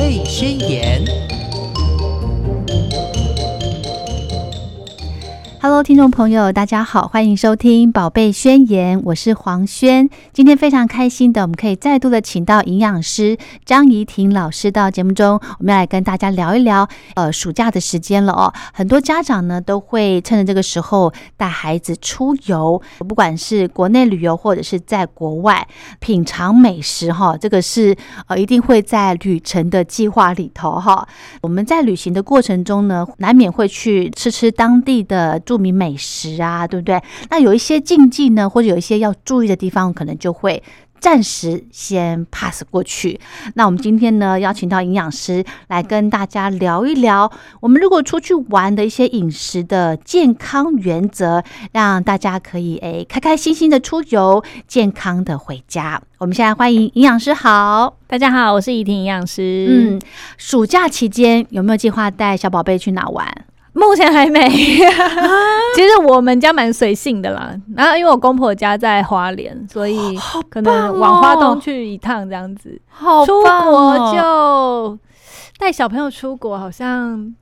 类宣言》。 Hello，听众朋友，大家好，欢迎收听《宝贝宣言》，我是黄轩。今天非常开心的，我们可以再度的请到营养师张怡婷老师到节目中，我们要来跟大家聊一聊，呃，暑假的时间了哦，很多家长呢都会趁着这个时候带孩子出游，不管是国内旅游或者是在国外品尝美食哈、这个是呃一定会在旅程的计划里头哈、我们在旅行的过程中呢，难免会去吃吃当地的著名美食啊，对不对？那有一些禁忌呢，或者有一些要注意的地方，可能就会。暂时先 pass 过去。那我们今天呢，邀请到营养师来跟大家聊一聊，我们如果出去玩的一些饮食的健康原则，让大家可以诶开开心心的出游，健康的回家。我们现在欢迎营养师好。大家好，我是怡婷营养师。嗯，，暑假期间有没有计划带小宝贝去哪玩？目前还没。啊 其实我们家蛮随性的啦，然后因为我公婆家在花莲，所哦以可能往花东去一趟这样子。好哦出国就带小朋友出国，好像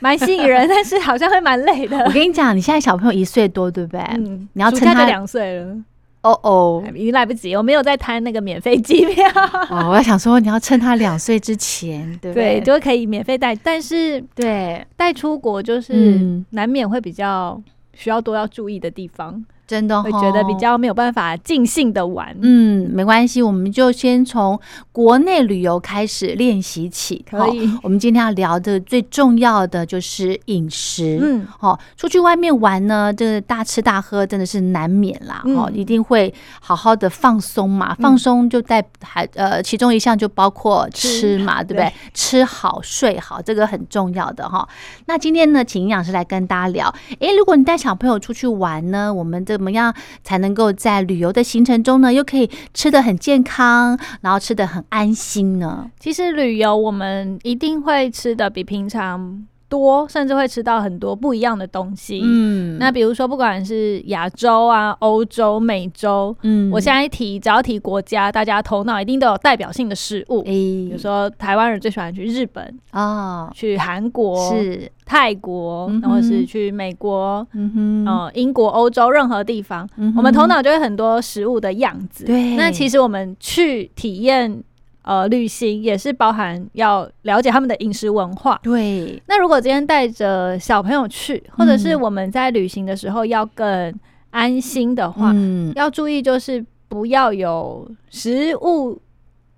蛮吸引人，但是好像会蛮累 的我。跟你讲，你现在小朋友一岁多，对不对？嗯，你要暑趁假就他两岁了，哦 哦，已经来不及，我没有在贪那个免费机票。哦，我在想说，你要趁他两岁之前，对不对？对，就可以免费带，但是对带出国就是嗯难免会比较需要多要注意的地方，真的会觉得比吼。较没有办法尽兴的玩。哦嗯，没关系，我们就先从国内旅游开始练习起。可以好，我们今天要聊的最重要的就是饮食。嗯，哦，出去外面玩呢，这个大吃大喝真的是难免啦，嗯哦，一定会好好的放松嘛，嗯放松就带还呃，其中一项就包括吃吃嘛，对不对？吃好睡好，这个很重要的哈、那今天呢，请营养师来跟大家聊，诶，如果你带小朋友出去玩呢，我们怎么样才能够在旅游的行程中呢，又可以吃的很健康，然后吃的很安心呢？其实旅游我们一定会吃的比平常多，甚至会吃到很多不一样的东西。嗯那比如说，不管是亚洲啊、欧洲、美洲，嗯我现在提只要提国家，大家头脑一定都有代表性的食物。诶比如说，台湾人最喜欢去日本、哦，去韩国、是，泰国，嗯哼或者是去美国、嗯哼，呃英国、欧洲任何地方，嗯哼我们头脑就会很多食物的样子。对那其实我们去体验呃旅行，也是包含要了解他们的饮食文化。对，那如果今天带着小朋友去，或者是嗯我们在旅行的时候要更安心的话，嗯，要注意就是不要有食物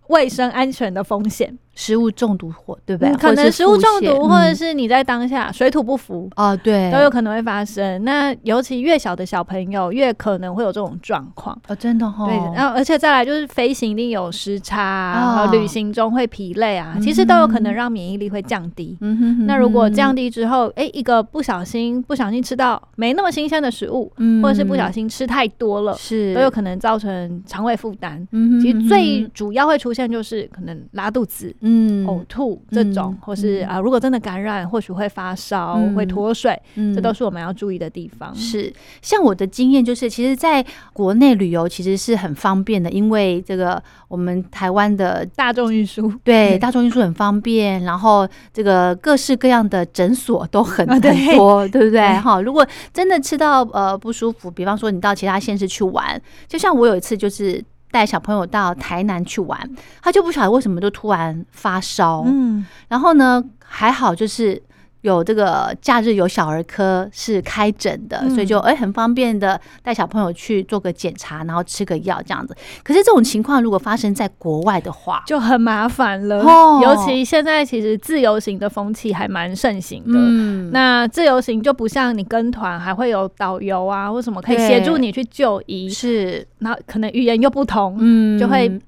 卫生安全的风险，食物中毒或对不对？嗯可或者能是食物腹中泻毒，或者嗯是你在当下水土不服，哦，对，都有可能会发生。那尤其越小的小朋友，越可能会有这种状况。哦，真的哈，对，然后而且再来就是飞行一定有时差、啊，啊然后旅行中会疲累啊，嗯哼其实都有可能让免疫力会降低。嗯哼哼那如果哼降，低之后，诶，一个不小心不小心吃到没那么新鲜的食物，嗯或者是不小心吃太多了，是都有可能造成肠胃负担。嗯哼其实哼最哼主要会出现就是可能拉肚子、嗯呕吐这种，嗯或是嗯啊，如果真的感染，或许会发烧、嗯会脱水，嗯这都是我们要注意的地方。是，像我的经验就是，其实在国内旅游其实是很方便的，因为这个我们台湾的大众运输，对嗯大众运输很方便，然后这个各式各样的诊所都很啊很对多，对不对？对哈，如果真的吃到呃不舒服，比方说你到其他县市去玩，就像我有一次就是带小朋友到台南去玩，他就不晓得为什么就突然发烧，嗯，然后呢，还好就是有这个假日有小儿科是开诊的，嗯所以就哎、很方便的带小朋友去做个检查，然后吃个药这样子。可是这种情况如果发生在国外的话，就很麻烦了。哦尤其现在其实自由行的风气还蛮盛行的。嗯那自由行就不像你跟团，还会有导游啊，或什么可以对协助你去就医，是然后可能语言又不同，嗯就会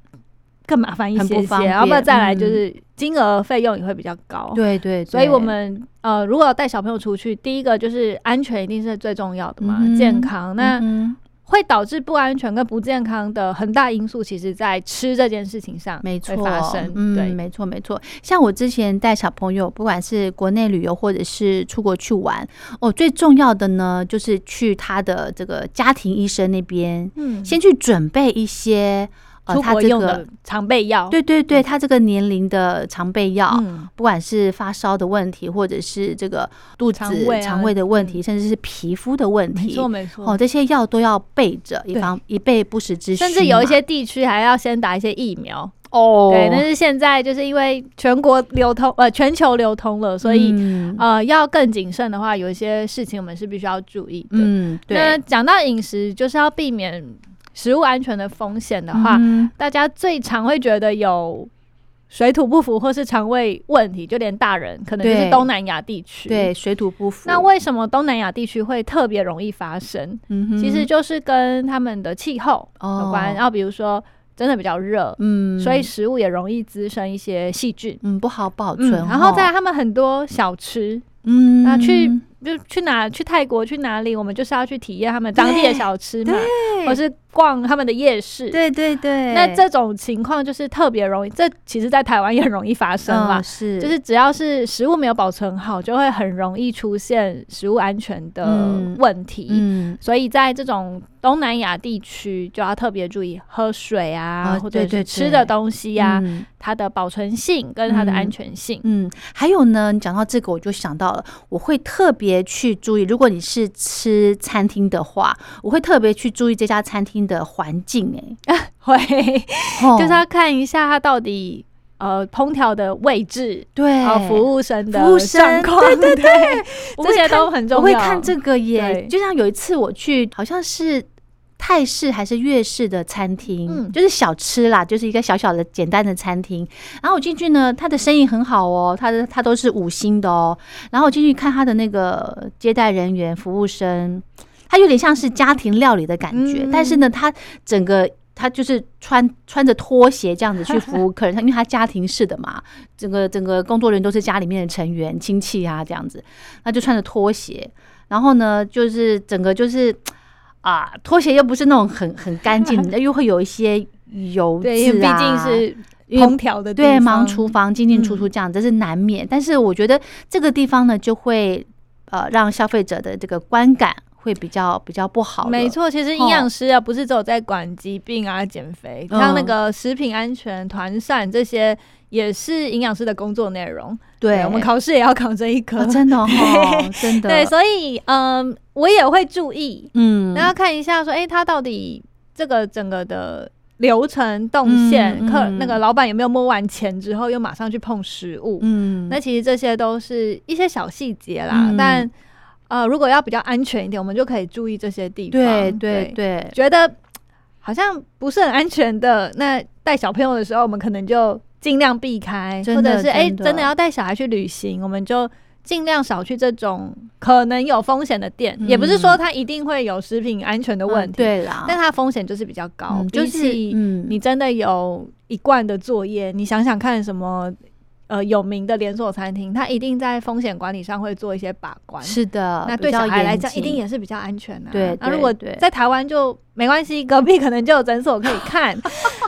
更麻烦一很不些方些。便嗯然后不然再来就是金额费用也会比较高。对对所以我们呃，如果要带小朋友出去，第一个就是安全一定是最重要的嘛，嗯哼健康。那、嗯会导致不安全跟不健康的很大因素，其实在吃这件事情上没会错，发生。嗯，对，没错没错。像我之前带小朋友，不管是国内旅游或者是出国去玩，哦，最重要的呢就是去他的这个家庭医生那边嗯先去准备一些呃，出他国这用个的常备药。对对对，他这个年龄的常备药，嗯，不管是发烧的问题，或者是这个肚子、肠胃啊的问题，甚至是皮肤的问没题错，没错。哦，这些药都要备着，以嗯对防以备不时之需嘛。甚至有一些地区还要先打一些疫苗，哦对，但是现在就是因为全国流通，呃，全球流通了，所以、嗯呃，要更谨慎的话，有一些事情我们是必须要注意的。嗯，那对讲到饮食，就是要避免食物安全的风险的话，嗯大家最常会觉得有水土不服或是肠胃问题，就连大人可能就对是东南亚地区。对，水土不服。那为什么东南亚地区会特别容易发生？嗯哼其实就是跟他们的气候有关。然哦，后比如说，真的比较热，嗯，所以食物也容易滋生一些细菌。嗯不好保存嗯，哦。然后再来他们很多小吃，嗯，那去就去哪去泰国去哪里，我们就是要去体验他们当地的小吃嘛，或是逛他们的夜市。对对对，那这种情况就是特别容易，这其实在台湾也很容易发生啦嗯。是啊就是只要是食物没有保存好，就会很容易出现食物安全的嗯问题。嗯所以在这种东南亚地区，就要特别注意喝水啊，哦或对者对是吃对的东西呀、嗯它的保存性跟它的安全性。嗯，还有呢，你讲到这个，我就想到了，我会特别去注意，如果你是吃餐厅的话，我会特别去注意这家餐厅的环境、欸，会哎、就是要看一下它到底呃烹调的位置，对，然后服务生的服务生状况，对对对，我这会些看都很重要。我会看这个耶。对就像有一次我去，好像是。泰式还是粤式的餐厅，嗯就是小吃啦，就是一个小小的简单的餐厅。然后我进去呢，它的生意很好哦，它的它都是五星的哦。然后我进去看它的那个接待人员、服务生，它有点像是家庭料理的感觉，嗯但是呢，它整个它就是穿穿着拖鞋这样子去服务客人，因为它家庭式的嘛，整个整个工作人员都是家里面的成员、亲戚啊这样子，那就穿着拖鞋，然后呢，就是整个就是啊，拖鞋又不是那种很很干净， 又会有一些油对，因为渍毕啊，竟是因为烹调的地对忙方嗯厨房进进出出这样，这是难免。但是我觉得这个地方呢，就会呃让消费者的这个观感会比较比较不好。没，错，其实营养师啊，不是只有在管疾病啊、减肥，嗯像那个食品安全、团膳这些，也是营养师的工作内容。对我们考试也要考这一科。哦真的哦，真的 对，所以嗯，我也会注意，嗯，然后看一下说，哎、他到底这个整个的流程动线，嗯嗯客、那个老板有没有摸完钱之后又马上去碰食物？嗯，那其实这些都是一些小细节啦，嗯但呃，如果要比较安全一点，我们就可以注意这些地方。对对对，觉得好像不是很安全的，那带小朋友的时候，我们可能就尽量避开，真或的者是哎、真的真的要带小孩去旅行，我们就。尽量少去这种可能有风险的店，嗯也不是说它一定会有食品安全的问嗯题，对啦，但它风险就是比较高。嗯就比是起嗯你真的有一贯的作业，你想想看，什么呃有名的连锁餐厅，它一定在风险管理上会做一些把关。是的，那比对较小孩来严讲，一谨定也是比较安全的、啊。对那如对果对在台湾就没关系，隔壁可能就有诊所可以 看。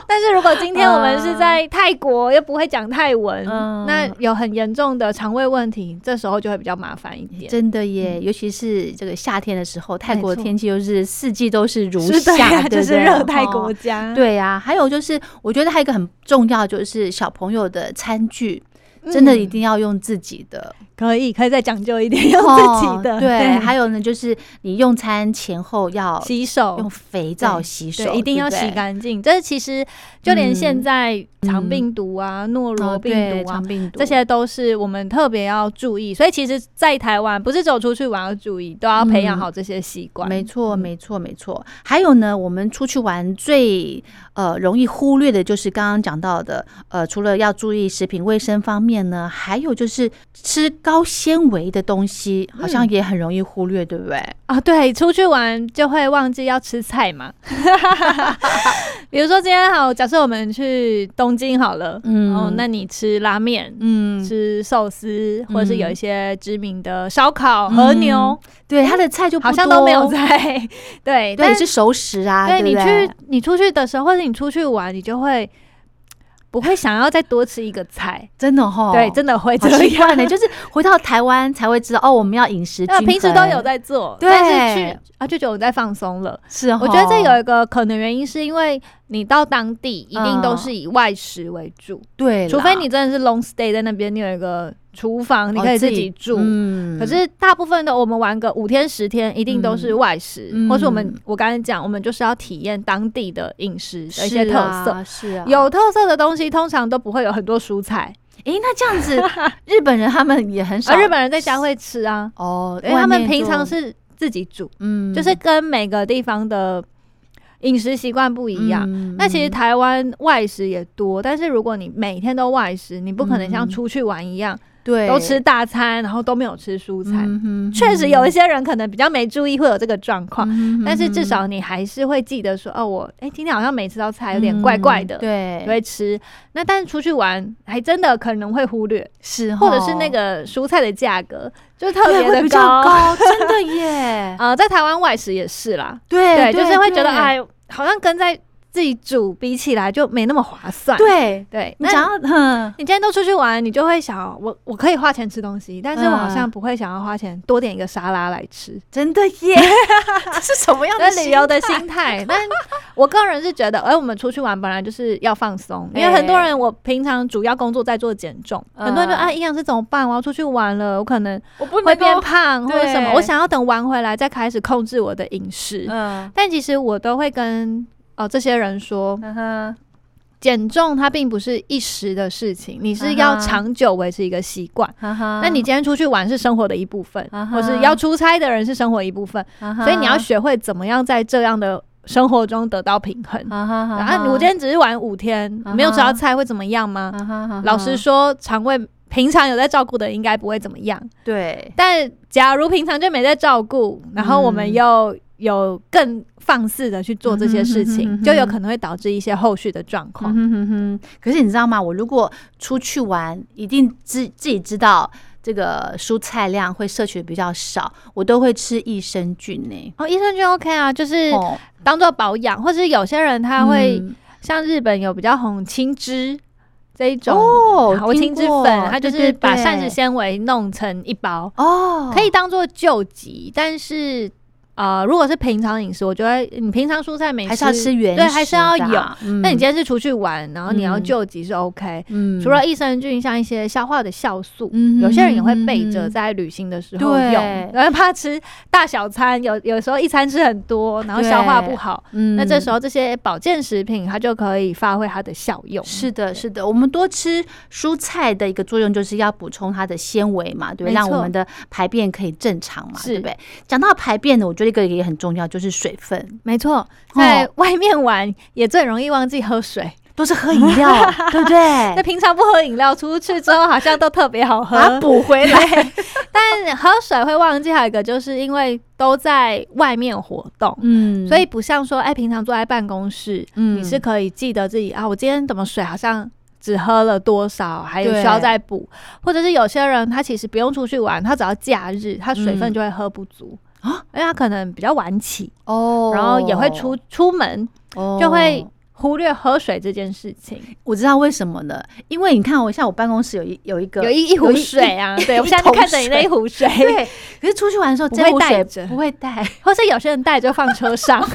但是如果今天我们是在泰国，又不会讲泰文，嗯那有很严重的肠胃问题，这时候就会比较麻烦一点。嗯真的耶，尤其是这个夏天的时候，泰没国的错天气又是四季都是嗯如是的夏， 呀，对就不是对热带哦国家。对呀、还有就是，我觉得还有一个很重要，就是小朋友的餐具，嗯，真的一定要用自己的，可以，可以再讲究一点， 用哦自己的。对，还有呢，就是你用餐前后要洗手，用肥皂洗手，对，一定要对不对洗干净。这其实就连现嗯在肠嗯病毒啊、诺哦罗病对毒啊肠，病毒这些都是我们特别要注意。所以其实，在台湾不是走出去玩要注意，都要培养好这些习惯。没错，嗯没错，没错。还有呢，我们出去玩最呃容易忽略的就是刚刚讲到的，呃，除了要注意食品卫生方面呢，还有就是吃高纤维的东西，好嗯像也很容易忽略，对不对？啊，对，出去玩就会忘记要吃 菜嘛。比如说今天好，假设我们去东京好了，嗯哦，那你吃拉面。嗯，吃寿司，或者是嗯有一些知名的烧烤、和牛，对，它的菜嗯就不好像都没有多在。 对，对，但是熟食啊，对对你不对去你出去的时候，或者你出去玩，你就会不会想要再多吃一个菜。真的哈、对，真的会哦好这奇怪样呢，就是回到台湾才会知道哦，我们要饮食均那衡，平时都有在做，哦对哦但是去啊就觉得我在放松了。是齁，我觉得这有一个可能原因，是因为你到当地一定都是以外食为主，嗯对啦，除非你真的是 long stay 在那边，你有一个厨房，你可以哦自己住。嗯可是大部分的我们玩个五天十天，一定都是外食，嗯或是我们我刚才讲，我们就是要体验当地的饮食的一些特色。是啊，有特色的东西通常都不会有很多蔬菜，诶，那这 样子日本人他们也很少，而啊日本人在家会吃啊，哦，因为他外们面平常就是自己煮，嗯就是跟每个地方的饮食习惯不一样。嗯那其实嗯台湾外食也多，但是如果你每天都外食，你不可能像嗯出去玩一样、对都吃大餐，然后都没有吃蔬菜。嗯哼确实哼有一些人可能比较没注意会有这个状况，嗯哼但是至哼少你还是会记得说，哦，我哎、今天好像没吃到菜，有点怪怪的，嗯对，会吃。那但是出去玩还真的可能会忽略，是齁，或者是那个蔬菜的价格就特哦对别会的比较 高，真的耶，呃，在台湾外食也是啦，对对，就是会觉得，对哎，好像跟在自己煮比起来就没那么划算。对对，你那想要哼。你今天都出去玩，你就会想，我我可以花钱吃东西，但是我好嗯像不会想要花钱多点一个沙拉来吃，真的 耶，这是什么样的那旅游的心态。 但我个人是觉得，哎、我们出去玩本来就是要放松，因为哎很多人我平常主要工作在做减重，嗯很多人就啊，营养师怎么办？我要出去玩了，我可能我不哦会变胖或者什么，对我想要等玩回来再开始控制我的饮食。嗯但其实我都会跟哦这些人说，嗯哼，减重它并不是一时的事情，你是嗯要哼长久维持一个习惯。哈哈那你今天出去玩是生活的一部分啊，哈啊或是要出差的人是生活一部分，嗯所以你要学会怎么样在这样的生活中得到平衡。啊哈哈，啊，我今天只是玩五天，啊哈啊没有吃到菜会怎么样吗？天老实说，肠胃平常有在照顾的，应该不会怎么样。对，但假如平常就没在照顾，然后我们嗯又有更放肆的去做这些事情，嗯哼哼哼就有可能会导致一些后续的状况。嗯哼哼哼。可是你知道吗？我如果出去玩，一定自自己知道这个蔬菜量会摄取比较少，我都会吃益生菌呢、哦，益生菌 OK 啊，就是哦，当做保养，或者有些人他会、嗯像日本有比较红青汁这一种哦好青汁听过粉，它就对对对是把膳食纤维弄成一包，哦，可以当做救急，但是。呃，如果是平常饮食，我觉得你平常蔬菜没吃，还是要吃嗯原对还是要食的啊。嗯那你今天是出去玩，然后你要嗯救急是 OK，、嗯除了益生菌，像一些消化的酵素，嗯有些人也会备嗯着嗯在旅行的时候对用，然后怕吃大小餐，有有时候一餐吃很多，然后消化不好，嗯那这时候。候这些保健食品它就可以发挥它的效用。是的，是的，我们多吃蔬菜的一个作用就是要补充它的纤维嘛，对不对，没让我错们的排便可以正常嘛，是对不对？讲到排便呢，我觉得一个也很重要，就是水分，没错，在哦外面玩也最容易忘记喝水。都是喝饮料， 对不对那？平常不喝饮料，出去之后好像都特别好喝。把它补回来，但喝水会忘记，还有一个就是因为都在外面活动， 嗯 所以不像说，哎，平常坐在办公室，嗯你是可以记得自己啊，我今天怎么水好像只喝了多少，还有对需要再补，或者是有些人他其实不用出去玩，他只要假日，他水分嗯就会喝不足。啊因为他可能比较晚起，哦然后也会出，出门，就就会忽略喝水这件事情。我知道为什么了，因为你看哦我像我办公室有一有一个有一一壶水啊，对我现在就桶看着你那一壶水，对，可是出去玩的时候不这会壶带水着不会带， 或是有些人带就放车上，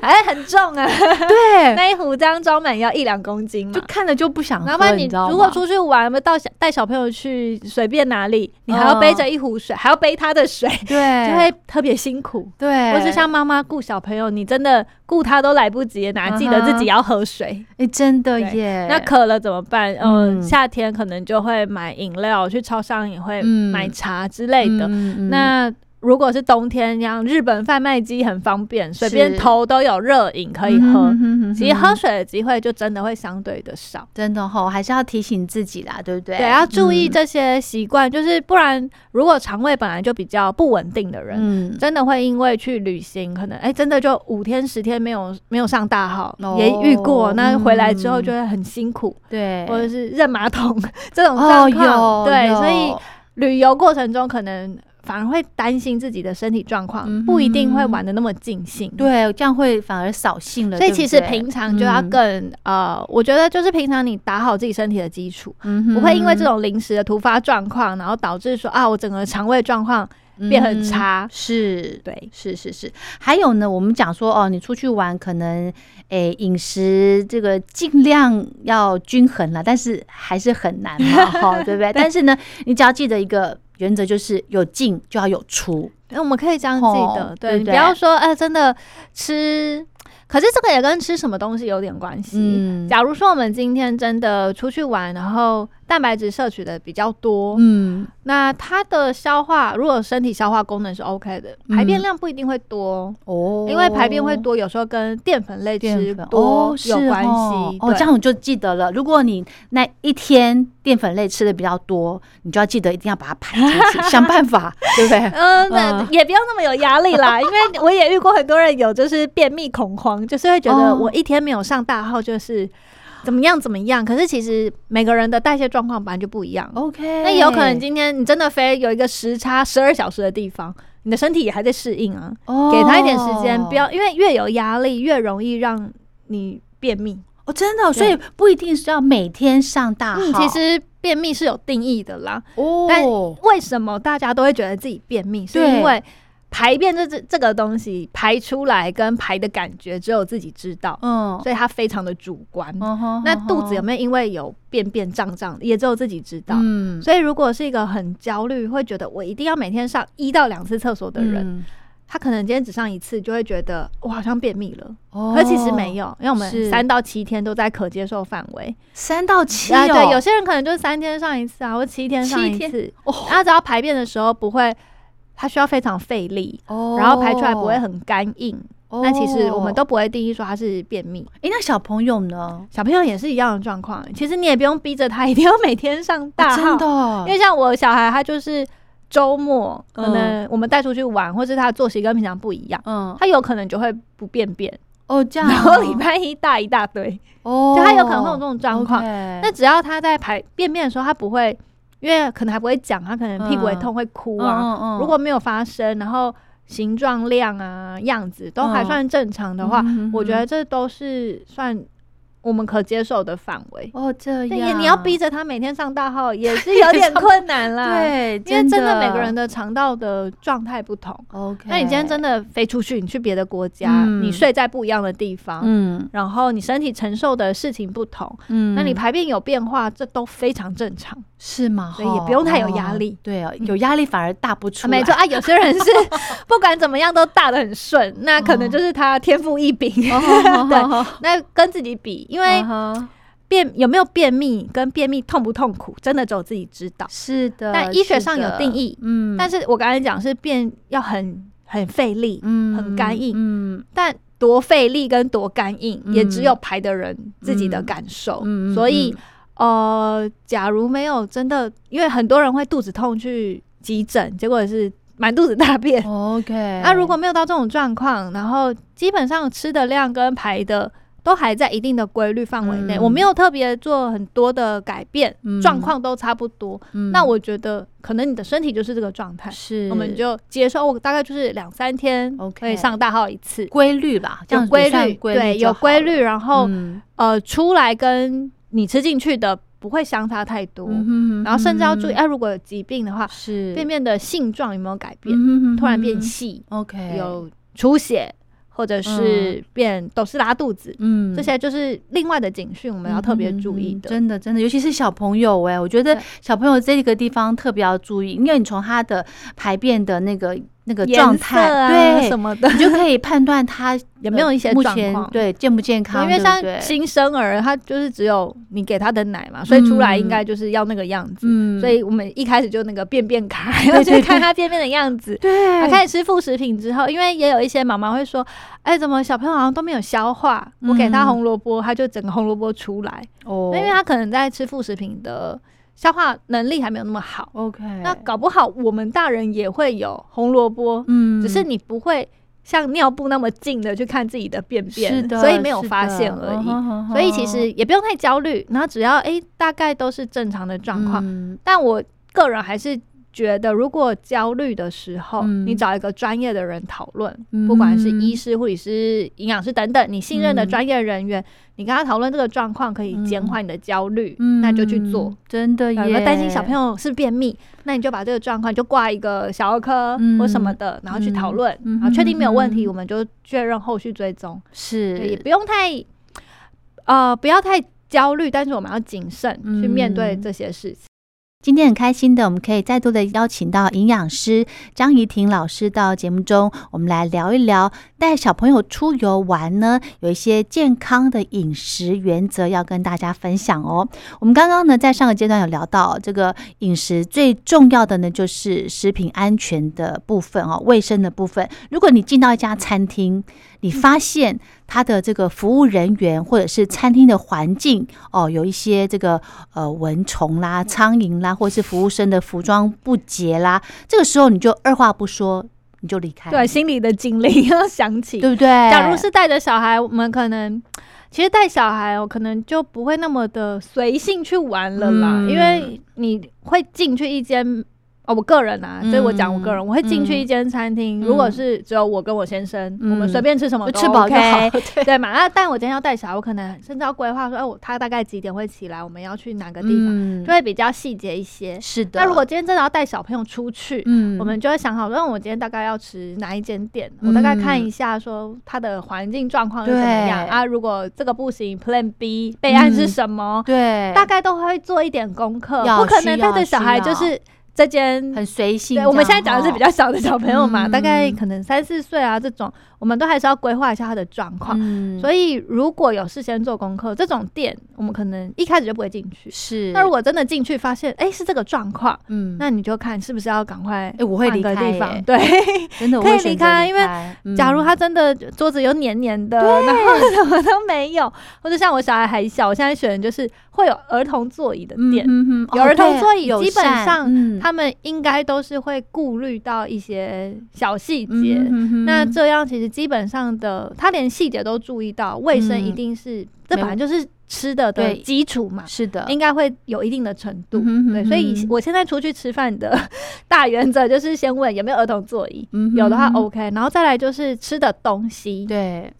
哎，很重啊，对，那一壶这样装满要一两公斤嘛就。看了就不想喝，然后你你知道如果吗出去玩，到小带小朋友去随便哪里，你还要背嗯着一壶水，还要背他的水， 对就会特别辛苦。对，或是像妈妈顾小朋友，你真的顾他都来不及，哪记得自己要喝水？嗯哎、真的对耶，那渴了怎么办？嗯，嗯夏天可能就会买饮料，去超商也会嗯买茶之类的。嗯嗯嗯那如果是冬天，像日本贩卖机很方便，随是便投都有热饮可以喝。嗯哼哼哼其实喝哼水的机会就真的会相对的少。真的吼，还是要提醒自己啦，对不对？对，要注意嗯这些习惯，就是不然，如果肠胃本来就比较不稳定的人，嗯，真的会因为去旅行，可能哎、真的就五天十天没有没有上大号，哦也遇过。那回来之后嗯就会很辛苦，对，或者是扔马桶 这种嗯哦状有况。对，有所以旅游过程中可能反而会担心自己的身体状况，嗯哼不一定会玩的那么尽兴。。对，这样会反而扫兴了。所以对不其实对平常就要嗯更、呃，我觉得就是平常你打好自己身体的基础，嗯哼不会因为这种临时的突发状况，然后导致说啊，我整个肠胃状况变很嗯差。是，对，是是是，还有呢，我们讲说哦，你出去玩可能诶饮食这个尽量要均衡啦，但是还是很难嘛， 哈、对不对？但是呢，你只要记得一个原则，就是有进就要有出，那我们可以这样记得，哦对不对你对不要说呃，真的吃，可是这个也跟吃什么东西有点关系。嗯假如说我们今天真的出去玩，然后蛋白质摄取的比较多，嗯那它的消化如果身体消化功能是 OK 的，嗯排便量不一定会多，哦，因为排便会。多，有时候跟淀粉类吃淀粉多哦是有关系。哦哦，对这样我就记得了。如果你那一天淀粉类吃的比较多，你就要记得一定要把它排出 去，想办法，对不对？ 嗯，那嗯也不要那么有压力 啦，因为我也遇过很多人有就是便秘恐慌，就是会觉得哦我一天没有上大号就是怎么样怎么样，可是其实每个人的代谢状况本来就不一样。 OK，那有可能今天你真的飞有一个时差十二小时的地方，你的身体也还在适应啊，哦给他一点时间，不要因为越有压力越容易让你便秘。哦，真的哦、所对以不一定是要每天上大号。嗯，其实便秘是有定义的啦，哦，但为什么大家都会觉得自己便秘？是对因为排便这这这个东西排出来跟排的感觉只有自己知道，嗯，所以它非常的主观。嗯哼那肚子有嗯没有因为有便便胀胀，也只有自己知道。嗯所以，如果是一个很焦虑，会觉得我一定要每天上一到两次厕所的人，嗯他可能今天只上一次，就会觉得我好像便秘了。哦，可其实没有，因为我是们三到七天都在可接受范围。三到七、哦啊，对，有些人可能就三天上一次啊，或七天上一七次。哦然后只要排便的时候不会，它需要非常费力，哦然后排出来不会。很干硬。哦那其实我们都不会定义说它是便秘。诶，那小朋友呢？小朋友也是一样的状况，其实你也不用逼着他 一定要每天上大哦号，真的哦，因为像我小孩，他就是周末可能我们带出去玩，或是他的作息跟平常不一样，嗯他有可能就会不便便，哦这样哦，然后礼拜一大一大堆，哦，就他有可能会有这种状况。那那只要他在排便便的时候，他不会，因为可能还不会讲，他可能屁股会痛会哭啊。嗯如果没有发生，然后形状、量啊、样子都还嗯算正常的话，嗯嗯嗯我觉得这都是算我们可接受的范围。哦这但样，也你要逼着他每天上大号，也是有点困难啦。， 对，因为真的的每个人的肠道的状态不同。 OK，那你今天真的飞出去，你去别的国家，嗯你睡在不一样的地方，嗯然后你身体承受的事情不同，嗯，那你排便有变化，这都非常正常。是吗？所以也哈不用太有压哦力对哦，嗯有压力反而大不出啊、来。没错啊，有些人是不管怎么样都大的很顺，那可能就是他天赋异禀。哦，好对好好好那跟自己比，因 为嗯哼便有没有便秘跟便秘痛不痛苦，真的只有自己知道。是的，但医学是上有的定义嗯，但是是我刚才讲是便要很很费力，嗯很干硬嗯但多费力跟多干硬，嗯也只有排的人自己的感受。嗯嗯哦所以嗯呃，假如没有真的，因为很多人会肚子痛去急诊，结果也是满肚子大便。嗯 OK，那、如果没有到这种状况，然后基本上吃的量跟排的都还在一定的规律范围内，嗯我没有特别做很多的改变，嗯状况都差不多，嗯那我觉得可能你的身体就是这个状态，是我们就接受，我大概就是两三天 OK 可以上大号一次，规律吧，这样有子规算律，规律对，就有好了。规律，然后、嗯呃出来跟你吃进去的不会相差太多，嗯哼然后甚至要注意，嗯哎、如果有疾病的话，是嗯便便的性状有没有改变，变突然变细， OK，有出血，或者是变都是拉肚子，嗯这些就是另外的警讯，我我们要特别注意的。嗯真的真的，尤其是小朋友哎、我觉得对小朋友这个地方特别要注意，因为你从他的排便的那个那个颜状色态，啊对，什么的，你就可以判断他有没有一些目状前况对健不健 对康，因为对不像对新生儿，他就是只有你给他的奶嘛，所以出来应该就是要那个样子。嗯所以我们一开始就那个便便卡， 对要去对看他便便的样子。对，他开始吃副食品之后，因为也有一些妈妈会说：“哎，怎么小朋友好像都没有消化？我给他嗯红萝卜，他就整个红萝卜出来。哦那因为他可能在吃副食品的消化能力还没有那么好， OK，那搞不好我们大人也会有红萝卜，嗯，只是你不会像尿布那么近的去看自己的便是便，的，所以没有是发的现而已。嗯所以其实也不用太焦虑，然后只要诶、大概都是正常的状况。嗯但我个人还是觉得，如果焦虑的时候，嗯你找一个专业的人讨论，嗯不管是医师、护理师、营养师等等，你信任的嗯专业人员，你跟他讨论这个状况，可以减嗯缓你的焦虑，嗯那就去做。，真的有没耶，担心小朋友是便秘，那你就把这个状况就挂一个小儿科嗯或什么的，然后去讨论，嗯嗯然后确定没有嗯问题，嗯我们就确认后续追踪。对，也是不用太，呃，不要太焦虑，但是我们要谨慎去面对嗯这些事情。今天很开心的，我们可以再度的邀请到营养师张怡婷老师到节目中，我们来聊一聊带小朋友出游玩呢，有一些健康的饮食原则要跟大家分享哦。我们刚刚呢在上个阶段有聊到这个饮食最重要的呢就是食品安全的部分哦，卫生的部分。如果你进到一家餐厅，你发现它的这个服务人员或者是餐厅的环境哦，有一些这个呃蚊虫啦、苍蝇啦，或是服务生的服装不洁啦，这个时候你就二话不说，你就离开，对，心里的警铃要响起。对不对？假如是带着小孩，我们可能其实带小孩，我可能就不会那么的随性去玩了啦，嗯因为你会进去一间。哦，我个人啊，嗯所以我讲我个人，我会进去嗯一间餐厅。如果是只有我跟我先生，嗯我们随便吃什么就都吃饱就 OK，好，对嘛？那但我今天要带小孩，我可能甚至要规划说，哎、我他大概几点会起来，我们要去哪个地方，嗯就，会比较细节一些。是的。那如果今天真的要带小朋友出去，嗯，我们就会想好，那我今天大概要吃哪一间店，我大概看一下说他的环境状况是怎么样对啊。如果这个不行，Plan B 备案是什么？嗯对大概都会做一点功课，要不可需能要带着小需孩要就是这间很随性这对，样哈。我们现在讲的是比较小的小朋友嘛，嗯大概可能三四岁啊这种，我们都还是要规划一下他的状况。嗯，所以如果有事先做功课，这种店我们可能一开始就不会进去。是那如果真的进去发现，哎、是这个状况，嗯，那你就看是不是要赶快哎，我会换离个开地耶方。对，真的我可会以选离择开因为开假如嗯他真的桌子有黏黏的，然后 什么都没有，或者像我小孩还小，我现在选的就是会有儿童座椅的店，嗯哼哼有哦儿童对座椅友基本善上嗯他们应该都是会顾虑到一些小细嗯节。哼哼那哼这样其实基本上的，他连细节都注意到，卫生嗯一定是、这没本来就是吃的的对基础嘛，是的，应该会有一定的程度。嗯哼对，哼所以哼我现在出去吃饭的 大原则就是先问有没有儿童座椅，嗯有的话哼 OK，然后再来就是吃的东西，对，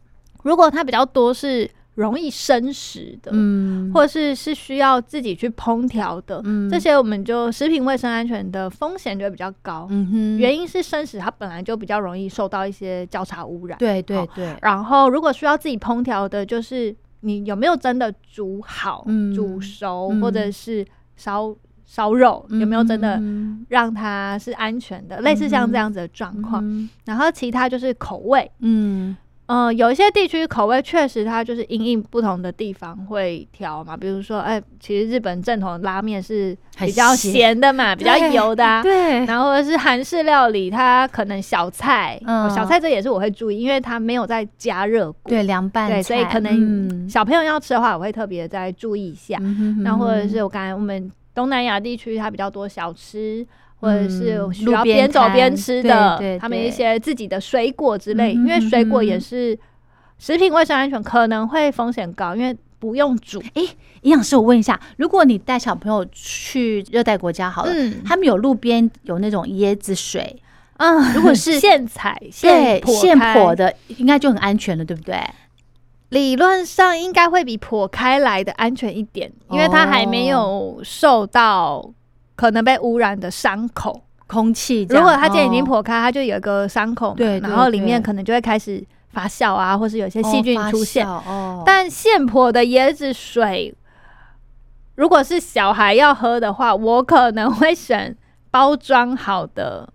如果它比较多是容易生食的，嗯呃或是是需要自己去烹调的，嗯这些我们就食品卫生安全的风险就会比较高。嗯哼原因是生食它本来就比较容易受到一些交叉污染。对哦对好对，然后如果需要自己烹调的，就是你有没有真的煮好、嗯煮熟，嗯或者是烧烧肉，有没有真的嗯让它是安全的？类似像这样子的状哼况。然后其他就是口味，嗯呃，有一些地区口味确实它就是因应不同的地方会调嘛，比如说，哎、其实日本正统的拉面是很比较咸咸的嘛，比较对油的啊。对，然后或者是韩式料理，它可能小菜，嗯哦小菜这也是我会注意，因为它没有在加热过，对凉拌对，所以菜可能嗯小朋友要吃的话，我会特别再注意一下。嗯哼那哼或者哼是我刚才我们东南亚地区，它比较多小吃，或者是嗯需路要边边走摊边吃对对的，他们对一些自己的水果之类，嗯因为水嗯果嗯也嗯是食品卫生安全可能会风险高，因为不用煮。营养师，我问一下，如果你带小朋友去热带国家好了，嗯他们有路边有那种椰子水， 嗯，如果是现采对现剖现开剖的，应该就很安全了，对不对？理论上应该会比剖开来的安全一点，因为它还没哦有受到可能被污染的伤口。空气这如样，果它今天已经哦剖开，它就有一个伤口嘛，对对然后里面对哦可能就会开始发酵啊，或是有一些细菌出现。哦发酵哦，但现剖的椰子水，如果是小孩要喝的话，我可能会选包装好的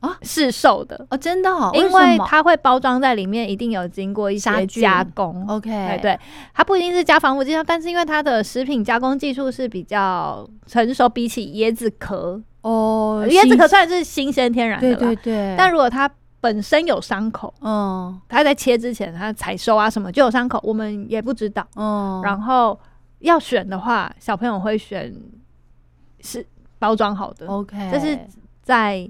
啊市售的，哦真的哦，因什为么它会包装在里面，一定有经过一杀些菌加工。哎 OK 对对，它不一定是加防腐剂，但是因为它的食品加工技术是比较成熟，比起椰子壳，哦，椰子新壳算是新鲜天然对的啦。对对，但如果它本身有伤口，嗯它在切之前它采收啊什么就有伤口，我们也不知道。嗯，然后要选的话，小朋友会选是包装好的， OK，这是在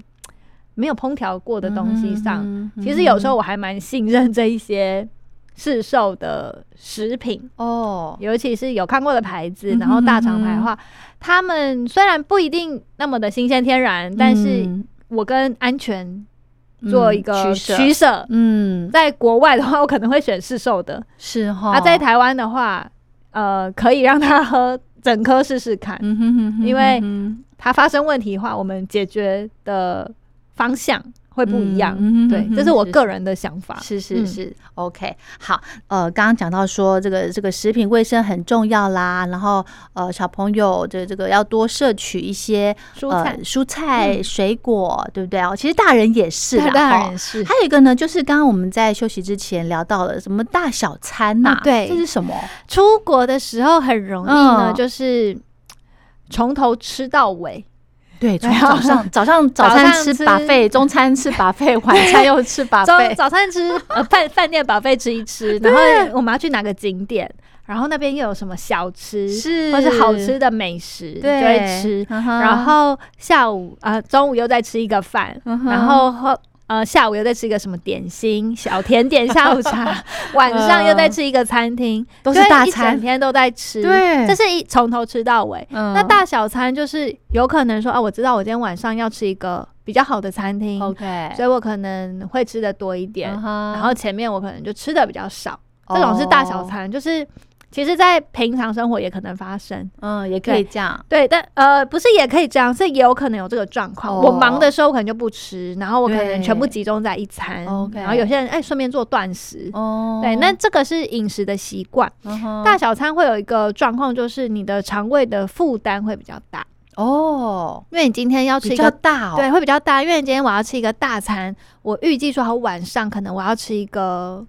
没有烹调过的东西上。嗯哼其实有时候我还蛮信任这一些市售的食品，哦，尤其是有看过的牌子嗯，哼然后大厂牌的话，他们虽然不一定那么的新鲜天然，但是嗯我跟安全做一个嗯取取舍。舍嗯，在国外的话，我可能会选市售的；是哈，啊，在台湾的话，呃，可以让他喝整颗试试看。嗯哼哼哼哼哼，因为嗯它发生问题的话，我们解决的方向会不一样。嗯哼对哼，这是我哼个人的想法。是是嗯是、o k 好，呃，刚刚讲到说这个这个食品卫生很重要啦，然后呃，小朋友这这个要多摄取一些蔬菜呃、蔬菜、嗯水果，对不对哦？其实大人也是啦，当哦然是啊还有一个呢，就是刚刚我们在休息之前聊到了什么大小餐呐、啊对这是什么？出国的时候很容易呢，嗯就是从头吃到尾。对，从哎呀早上早上 早早餐上吃吃 buffet，中餐吃 buffet，晚餐又吃 buffet，早早 餐吃呃饭饭店把费吃一吃，然后我们要去哪个景点，然后那边又有什么小吃是或是好吃，的美食，就对，会吃。嗯哼，然后下午啊、呃中午又再吃一个饭，嗯哼然后喝呃下午又再吃一个什么点心、小甜点、下午 茶， 晚上又再吃一个餐厅，嗯都是就会大一整餐，天都在吃。，对这是一从头吃到尾。嗯那大小餐就是有可能说啊，我知道我今天晚上要吃一个比较好的餐厅 OK，所以我可能会吃的多一点，然哦然后前面我可能就吃的比较少。这种是大小，餐，就是其实，在平常生活也可能发生。嗯，也可以这样，对，但呃，不是也可以这样，是也有可能有这个状况。哦我忙的时候，我可能就不吃，然后我可能全部对集中在一餐。 OK 然后有些人哎，顺便做断食。哦嗯嗯对，那这个是饮食的习惯。大大小餐会有一个状况，就是你的肠胃的负担会比较大，哦因为你今天要吃比一较个大哦，对，会比较大。因为今天我要吃一个大餐，我预计说好晚上可能我要吃一个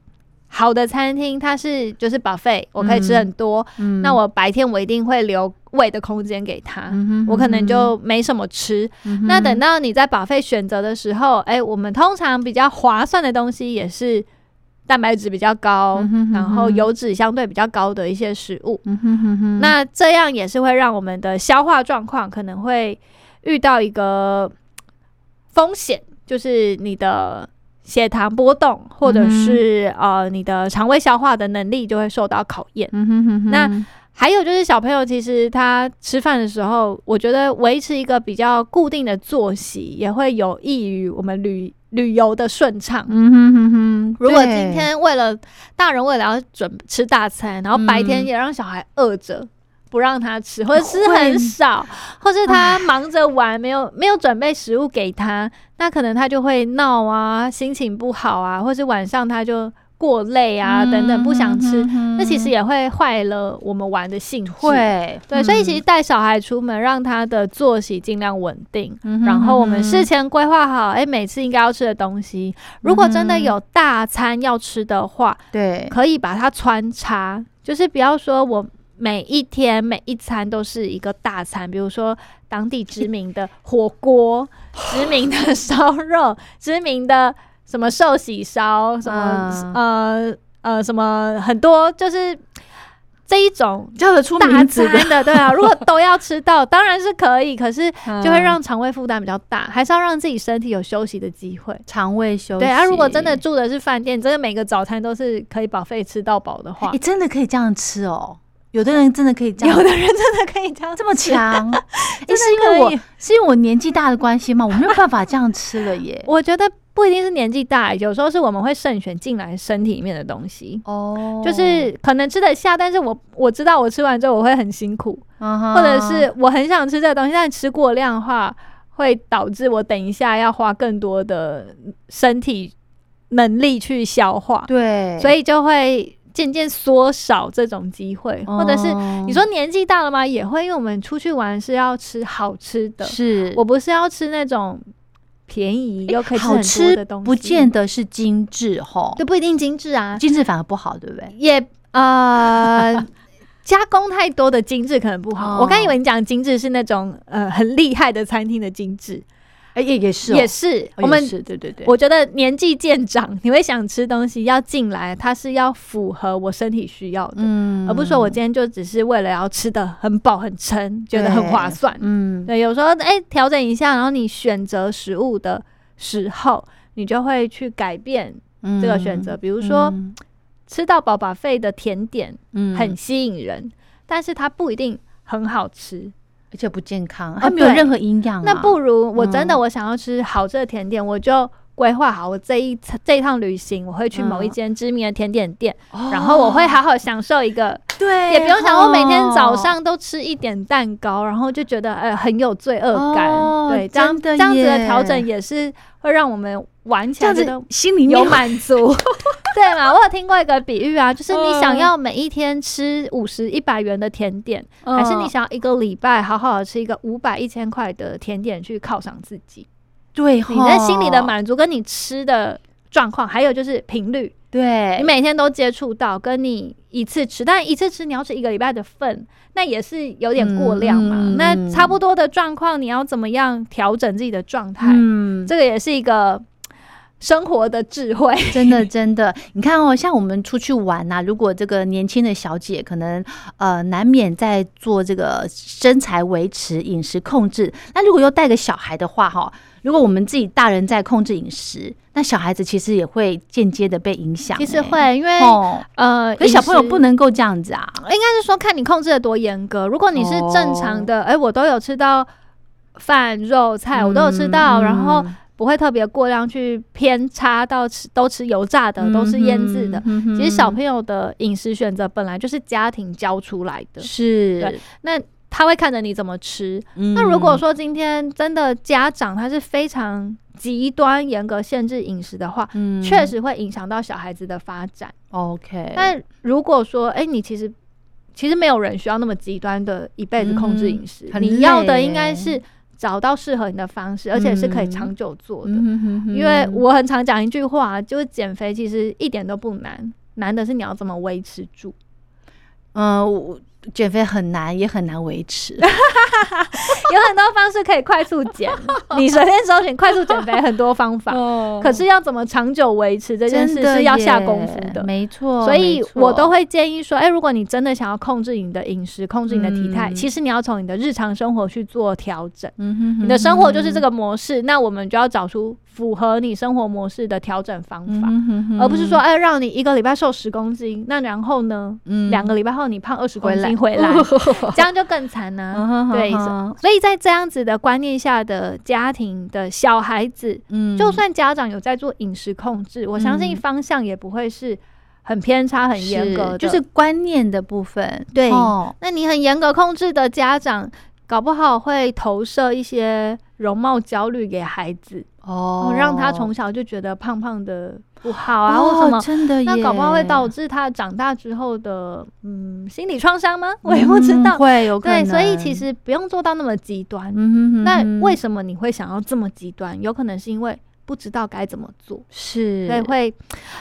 好的餐厅，它是就是 buffet，我可以吃很多。嗯，那我白天我一定会留胃的空间给他。嗯哼，我可能就没什么吃，嗯哼那等到你在 buffet 选择的时候，哎、我们通常比较划算的东西也是蛋白质比较高，嗯哼嗯哼然后油脂相对比较高的一些食物。嗯哼哼哼那这样也是会让我们的消化状况可能会遇到一个呃风险，就是你的血糖波动，或者是、呃你的肠胃消化的能力就会受到考验。嗯哼哼哼那还有就是小朋友其实他吃饭的时候，我觉得维持一个比较固定的作息，也会有益于我们旅旅游的顺畅。嗯哼哼哼， 如果对今天为了大人为了要准吃大餐，然后白天嗯也让小孩饿着。不让他吃，或者吃会很少， 或是他忙着玩，没有没有准备食物给他，那可能他就会闹啊，心情不好啊，或是晚上他就过累啊，嗯等等，不想吃，，那其实也也会坏了我们玩的兴致。嗯会嗯对，所以其实带小孩出门，让他的作息尽量稳定，嗯，然后我们事是前规划好，哎、每次应该要吃的东西。如果真的有大餐要吃的话，嗯对，可以把它穿插，就是不要说我每一天每一餐都是一个大餐，比如说当 地知名的火锅、知名的 烧肉、知名的什么寿喜烧、什么、嗯呃呃什么很多，就是这一种。叫得出大名字的餐的，对啊，如果都要吃到，当然是可以，可是就会嗯让肠胃负担比较大，还是要让自己身体有休息的机会。肠胃休息。对啊，如果真的住的是饭店，真的每个早餐都是可以保费吃到饱的 话你，真的可以这样吃哦，有的人真的可以这样有，的人真的可以这样 这么吃。 强，诶真的是因为可我以是因为我年纪大的关系吗？我没有办法这样吃了 耶。我觉得不一定是年纪大，有时候是我们会慎选进来身体里面的东西。哦，就是可能吃得下，但是我我知道我吃完之后我会很辛苦，嗯哼，或者是我很想吃这个东西，但吃过量的话会导致我等一下要花更多的身体能力去消化，对，所以以就会渐渐缩少这种机会，或者是你说年纪大了吗？也会，因为我们出去玩是要吃好吃的，是我不是要吃那种便宜又可以吃好很多吃的东西，不见得是精致吼，就不一定精致啊，精致反而不好，对不对？也呃。 加工太多的精致可能不哦好。我刚以为你讲精致是那种呃很厉害的餐厅的精致，哎，也也是也是我们。对对对，我觉得年纪渐长，你会想吃东西要进来，它是要符合我身体需要的，嗯而不是说我今天就只是为了要吃的很饱很撑，觉得很对划算。嗯对，有时候哎，调、整一下，然后你选择食物嗯的时候，你就会去改变这个选择。比比如说，吃到饱把费的甜点嗯，很吸引人，但是它不一定很好吃。而且不健康，啊它没有对任何营养啊。那不如我真的嗯我想要吃好吃的甜点，我就规划好我这一次这一趟旅行，我会去某一嗯间知名的甜点店，哦，然后我会好好享受一个，对，也不用想我每天早哦上都吃一点蛋糕，然后就觉得呃很有罪恶感。哦对，这样真的这样子的耶调整也是会让我们玩起这来样觉子得心里面有满 足。对嘛？我有听过一个比喻啊，就是你想嗯要每一天吃五十、一百元的甜点，有还是你嗯想要一个礼拜好好的吃一个五百、一千块的甜点去犒赏自己？对你在心里的吼满足，跟你吃的状况，还有就是频率，对你每天都接触到，跟你一次吃，但一次吃你要吃一个礼拜的份，那也是有点过量嘛。嗯嗯那差不多的状况，你要怎么样调整自己的状态？嗯，这个也是一个生活的智慧。 真的真的，你看哦，像我们出去玩呐、如果这个年轻的小姐可能呃难免在做这个身材维持、饮食控制，那如果又带个小孩的话、哈，如果我们自己大人在控制饮食，那小孩子其实也会间接的被影响、其实欸会，因为、哦，呃，可是小朋友饮食不能够这样子啊，应该是说看你控制的多严格。如果你是正常的，哎、我都有吃到饭、肉、菜，我都有吃到，嗯然后不会特别过量去偏差到吃都吃油炸的，都是腌制的。，嗯哼其实小朋友的饮食选择本来就是家庭教出来的，是对，那他会看着你怎么吃。那那如果说今天真的家长他是非常极端严格限制饮食的话，嗯确实会影响到小孩子的发展。 OK，但如果说，哎、你其实其实没有人需要那么极端的一辈子控制饮食嗯，很你要的累应该耶是找到适合你的方式，而且是可以嗯长久做的。嗯哼哼哼因为我很常讲一句话，就是减肥其实一点都不难，难的是你要怎么维持住。嗯、我减肥很难，也很难维 持。啊有很多方式可以快速 减，你随便搜寻快速减肥很多方法，哦可是要怎么长久维持这件真事的是要下耶功夫的。没错。所以没错我都会建议说，哎、如果你真的想要控制你的饮食，控制你的体态，嗯其实你要从你的日常生活去做调整。嗯哼哼你的生活就是这个模式，那我们就要找出符合你生活模式的调整方嗯法，哼哼哼而不是说，哎、让你一个礼拜瘦十公斤，那然后呢，嗯两个礼拜后你胖二十公回来斤回来， 这样就更惨啊呢、嗯哼哼对哼哦所以在这样子的观念下的家庭的小孩子，嗯就算家长有在做饮食控制，我相信嗯方向也不会是很偏差、很严格的。是就是观念的部分。对哦那你很严格控制的家长，搞不好会投射一些容貌焦虑给孩子，哦让他从小就觉得胖胖的不好啊，哦或什么。真的耶，那搞不好会导致他长大之后的嗯心理创伤吗？我也不知嗯道。会有可对，能。啊所以其，实不用做到那么极端。嗯哼哼哼，那为什么你会想要这么极端？有可能是因为不知道该怎么做。是所以会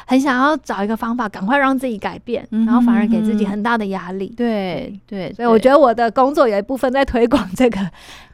很想要找一个方法，赶快让自己改变，嗯哼然后反而给自己很大的压力。对对，嗯所以我对觉得我的工作有一部分在推广这个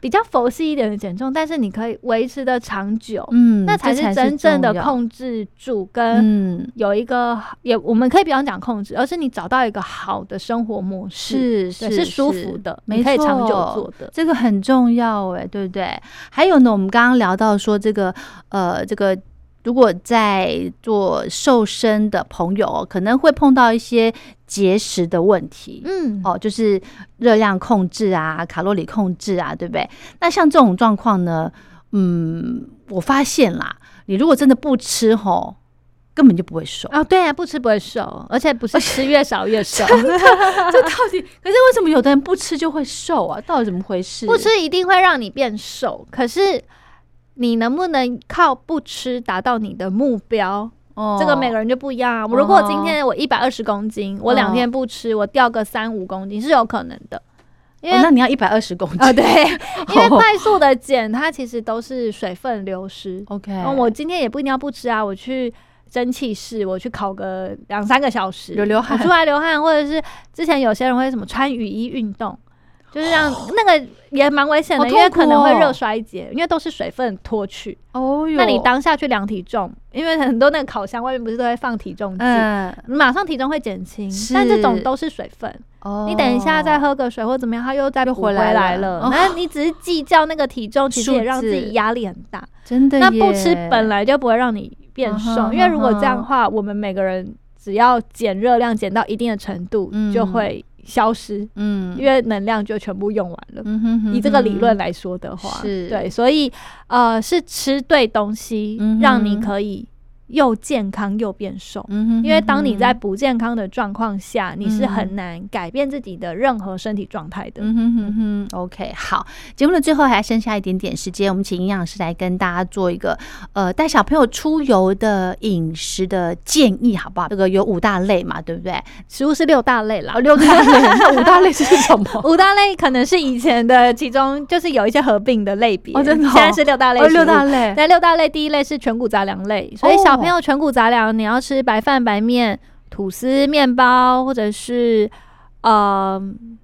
比较佛系一点的减重，但是你可以维持的长久，嗯，那这才是真正的重要。控制住跟嗯，有一个也我们可以不用讲控制，而是你找到一个好的生活模式，是对是是舒服的，没你可以长久错做的。这个很重要哎，对不对？还有呢，我们刚刚聊到说这个，呃，这个如果在做瘦身的朋友哦，可能会碰到一些节食的问题。嗯，哦，就是热量控制啊，卡路里控制啊，对不对？那像这种状况呢，嗯，我发现啦，你如果真的不吃吼，根本就不会瘦。啊、对啊，不吃不会瘦，而且不是吃越少越 瘦，这到底？可是为什么有的人不吃就会瘦啊？到底怎么回事？不吃一定会让你变瘦，可是你能不能靠不吃达到你的目标？哦，这个每个人就不一样啊。如果今天我一百二十公斤，我两天不吃，我掉个三五公斤是有可能的，因为哦、那你要一百二十公斤哦啊、对， 因为快速的减它其实都是水分流失。 OK，嗯，我今天也不一定要不吃啊，我去。蒸汽室，我去烤个两三个小时，流流汗我 出来流汗，或者是之前有些人会什么穿雨衣运动，就 是让那个也蛮危险的，好因痛为可能会苦哦热衰竭，因为都是水分脱去。哦哟那你当下去量体重，因为很多那个烤箱外面不是都会放体重计，嗯你马上体重会减轻，是但这种都是水分，哦你等一下再喝个水或怎么样，它又再又补回回来来了了。哦那你只是计较那个体重，其数实也让自字己压力很大。真的那不吃耶本来就不会让你变嗯哼瘦，因为如果这嗯样的话，我们每个人只要减热量减到一定的程度嗯，就会消失，嗯因为能量就全部用完了。嗯哼哼以这个理论，来说的话，是对，所以呃，是吃对东西，嗯哼让你可以又健康又变瘦。嗯哼哼哼因为当你在不健康的状况下，你是嗯很难改变自己的任何身体状态的。嗯哼哼哼，OK，好，节目的最后还剩下一点点时间，我们请营养师来跟大家做一个呃带小朋友出游的饮食的建议，好不好？这个有五大类嘛，对不对？食物是六大类啦哦，，六大类，那五大类是什么？五大类可能是以前的其中就是有一些合并的类别，哦真的哦现在是 六大类食哦，物。六大类，在六大类，第一类是全谷杂粮类，所以小朋哦友全谷杂粮，你要吃白饭、白面、吐司、面包，或者是呃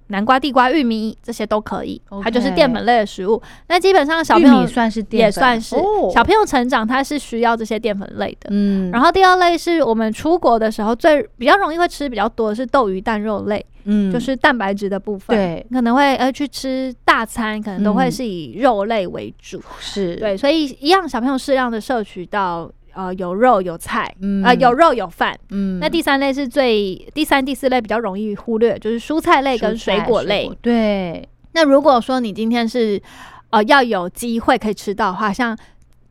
南瓜、地瓜、玉米，这些都可以。 OK 它就是淀粉类的食物。那基本上小玉朋友米算是淀也粉算是、哦小朋友成长，他是需要这些淀粉类的。嗯，然后第二类是我们出国的时候最比较容易会吃比较多的是豆鱼蛋肉类，嗯就是蛋白质的部分。对可能会呃去吃大餐，可能都会嗯是以肉类为主。是对，所以一样小朋友适量的摄取到呃有肉有菜，嗯呃有肉有饭。嗯那第三类是最第三第四类比较容易忽略，就是蔬菜类跟蔬菜水果类。对，那如果说你今天是呃要有机会可以吃到的话，像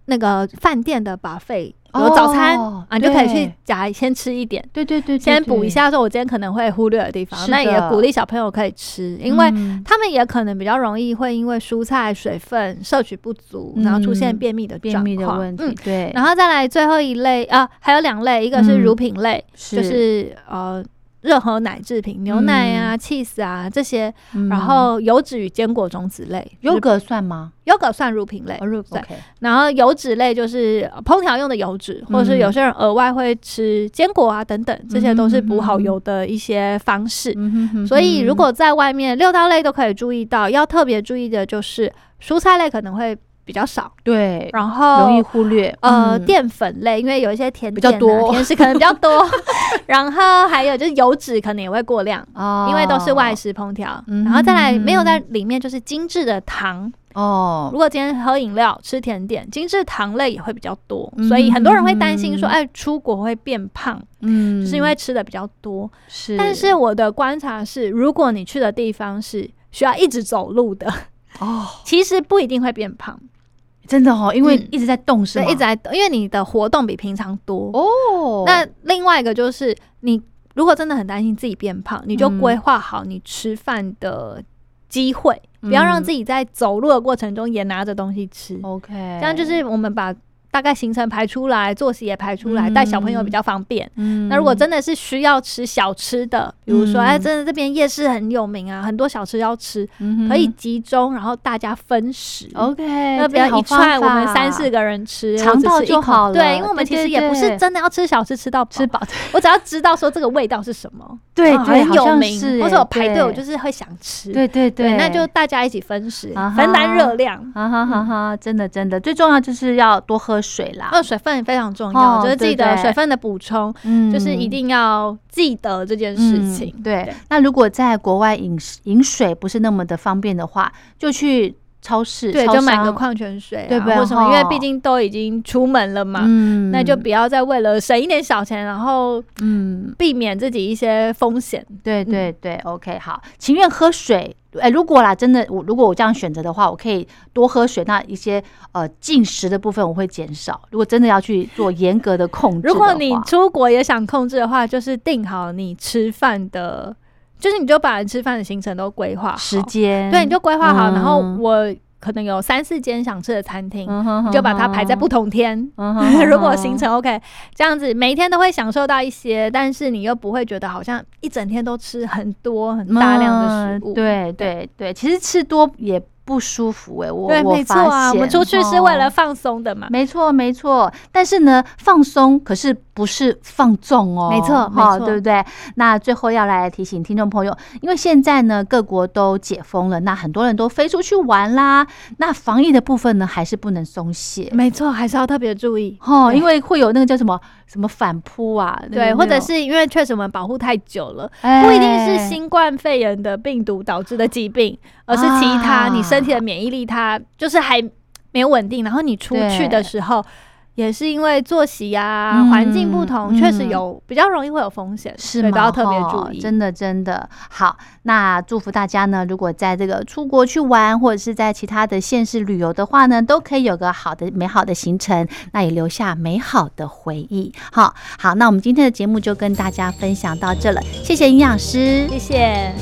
那个饭店的 buffet 有早餐、哦啊，你就可以对去夹先吃一点。对对对，对先补一，下，说我今天可能会忽略的地方，是那也的鼓励小朋友可以吃，对因为嗯他们也可能比较容易会因为蔬菜水分摄取不足，嗯然后出现便秘的便状秘的况问题嗯，对，然后再来最后一类啊，还有两类，一个是嗯乳品类，是就是呃任何奶制品，牛奶啊、cheese 啊这些，嗯然后油脂与坚果种子类，优就是格算吗？优格算乳品类，哦，肉对 OK，然后油脂类就是呃烹调用的油脂，或者嗯是有些人额外会吃坚果啊等等，这些都是补好油的一些方式。嗯哼哼所以如哼果在外面六大类都可以注意到，要特别注意的就是蔬菜类可能会比较少，对然后容易忽略，呃，嗯淀粉类，因为有一些甜比较点啊多甜食可能比 较多，然后还有就是油脂可能也会过量，哦，因为都是外食烹调，嗯然后再来没有在里面就是精致的糖，哦如，果今天喝饮料、吃甜点，精致糖类也会比较多，嗯所以很多人会担心说，嗯哎，出国会变胖，嗯，就是因为吃的比较多。是，但是我的观察是，如果你去的地方是需要一直走 路的，哦，其实不一定会变胖，真的哦，因为嗯一直在动是对，吗？一直在，因为你的活动比平常多。哦，那另外一个就是，你如果真的很担心自己变胖，你就嗯规划好你吃饭的机会，嗯不要让自己己在走路的过程中也拿着东西吃。 OK，这这样就是我们把大概行程排出来，作息也排出来，嗯带小朋友比较方便。嗯那如果真的是需要吃小吃的，比如说，嗯哎，真的这边夜市很有名啊，很多小吃要吃，嗯哼哦哎可以集中，然后大家分食。 OK，那那不要一串，我们三四个人吃，尝或者到是一就口好了对，因为我们对其实对也不对是真的要吃小吃吃到饱吃，饱，我只要知道说这个味道是什么，对啊对，很好有像名，是耶，或者我排队，对我就是会想吃。对对对，那就大家一起分食啊，哈分担热量。哈哈哈哈，真的真的，最重要就是要多喝水啦，那水分也非常重要，哦就是记对得对水分的补充，嗯就是一定要记得这件事情。嗯对，那如果在国外饮食饮水不是那么的方便的话，就去超市，对，超就买个商，矿泉水对啊，不对或什么，因哈为毕竟都已经出门了嘛，嗯那就不要再为了省一点小钱，然后嗯，避免自己一些风险。对对对、o k 好，情愿喝水。哎，如果啦，真的，我如果我这样选择的话，我可以多喝水。那一些呃进食的部分我会减少。如果真的要去做严格的控制的如话，果你出国也想控制的话，就是定好你吃饭的，就是你就把你吃饭的行程都规划好时，间，对，你就规划好。嗯然后我可能有三四间想吃的餐厅，嗯哼你就把它排在不。同天。嗯哼 如果行程 OK，这样子每一天都会享受到一些，但是你又不会觉得好像一整天都吃很多很大量的食物。嗯对对对，其实吃多也不舒服哎、我对，我没错发啊，我们现出去是为了哦放松的嘛。没错，没错。但是呢，放松可是不是放纵哦，没错没哈错对不对？那最后要来提醒听众朋友，因为现在呢各国都解封了，那很多人都飞出去玩啦，那防疫的部分呢还是不能松懈。没错，还是要特别注意。哦，对因为会有那个叫什么什么反扑啊，那个对，有或没有者是因为确实我们保护太久了，哎不一定是新冠肺炎的病毒导致的疾病，而是其他啊你身体的免疫力它就是还没有稳定，然后你出去的时候。也是因为作息啊、嗯环境不同，嗯确实有比较容易会有风险，是所吗？以都要特别吼注意。真的真的好。那祝福大家呢，如果在这个出国去玩，或者是在其他的县市旅游的话呢，都可以有个好的美好的行程，那也留下美好的回忆。好好，那我们今天的节目就跟大家分享到这了，谢谢营养师，谢谢。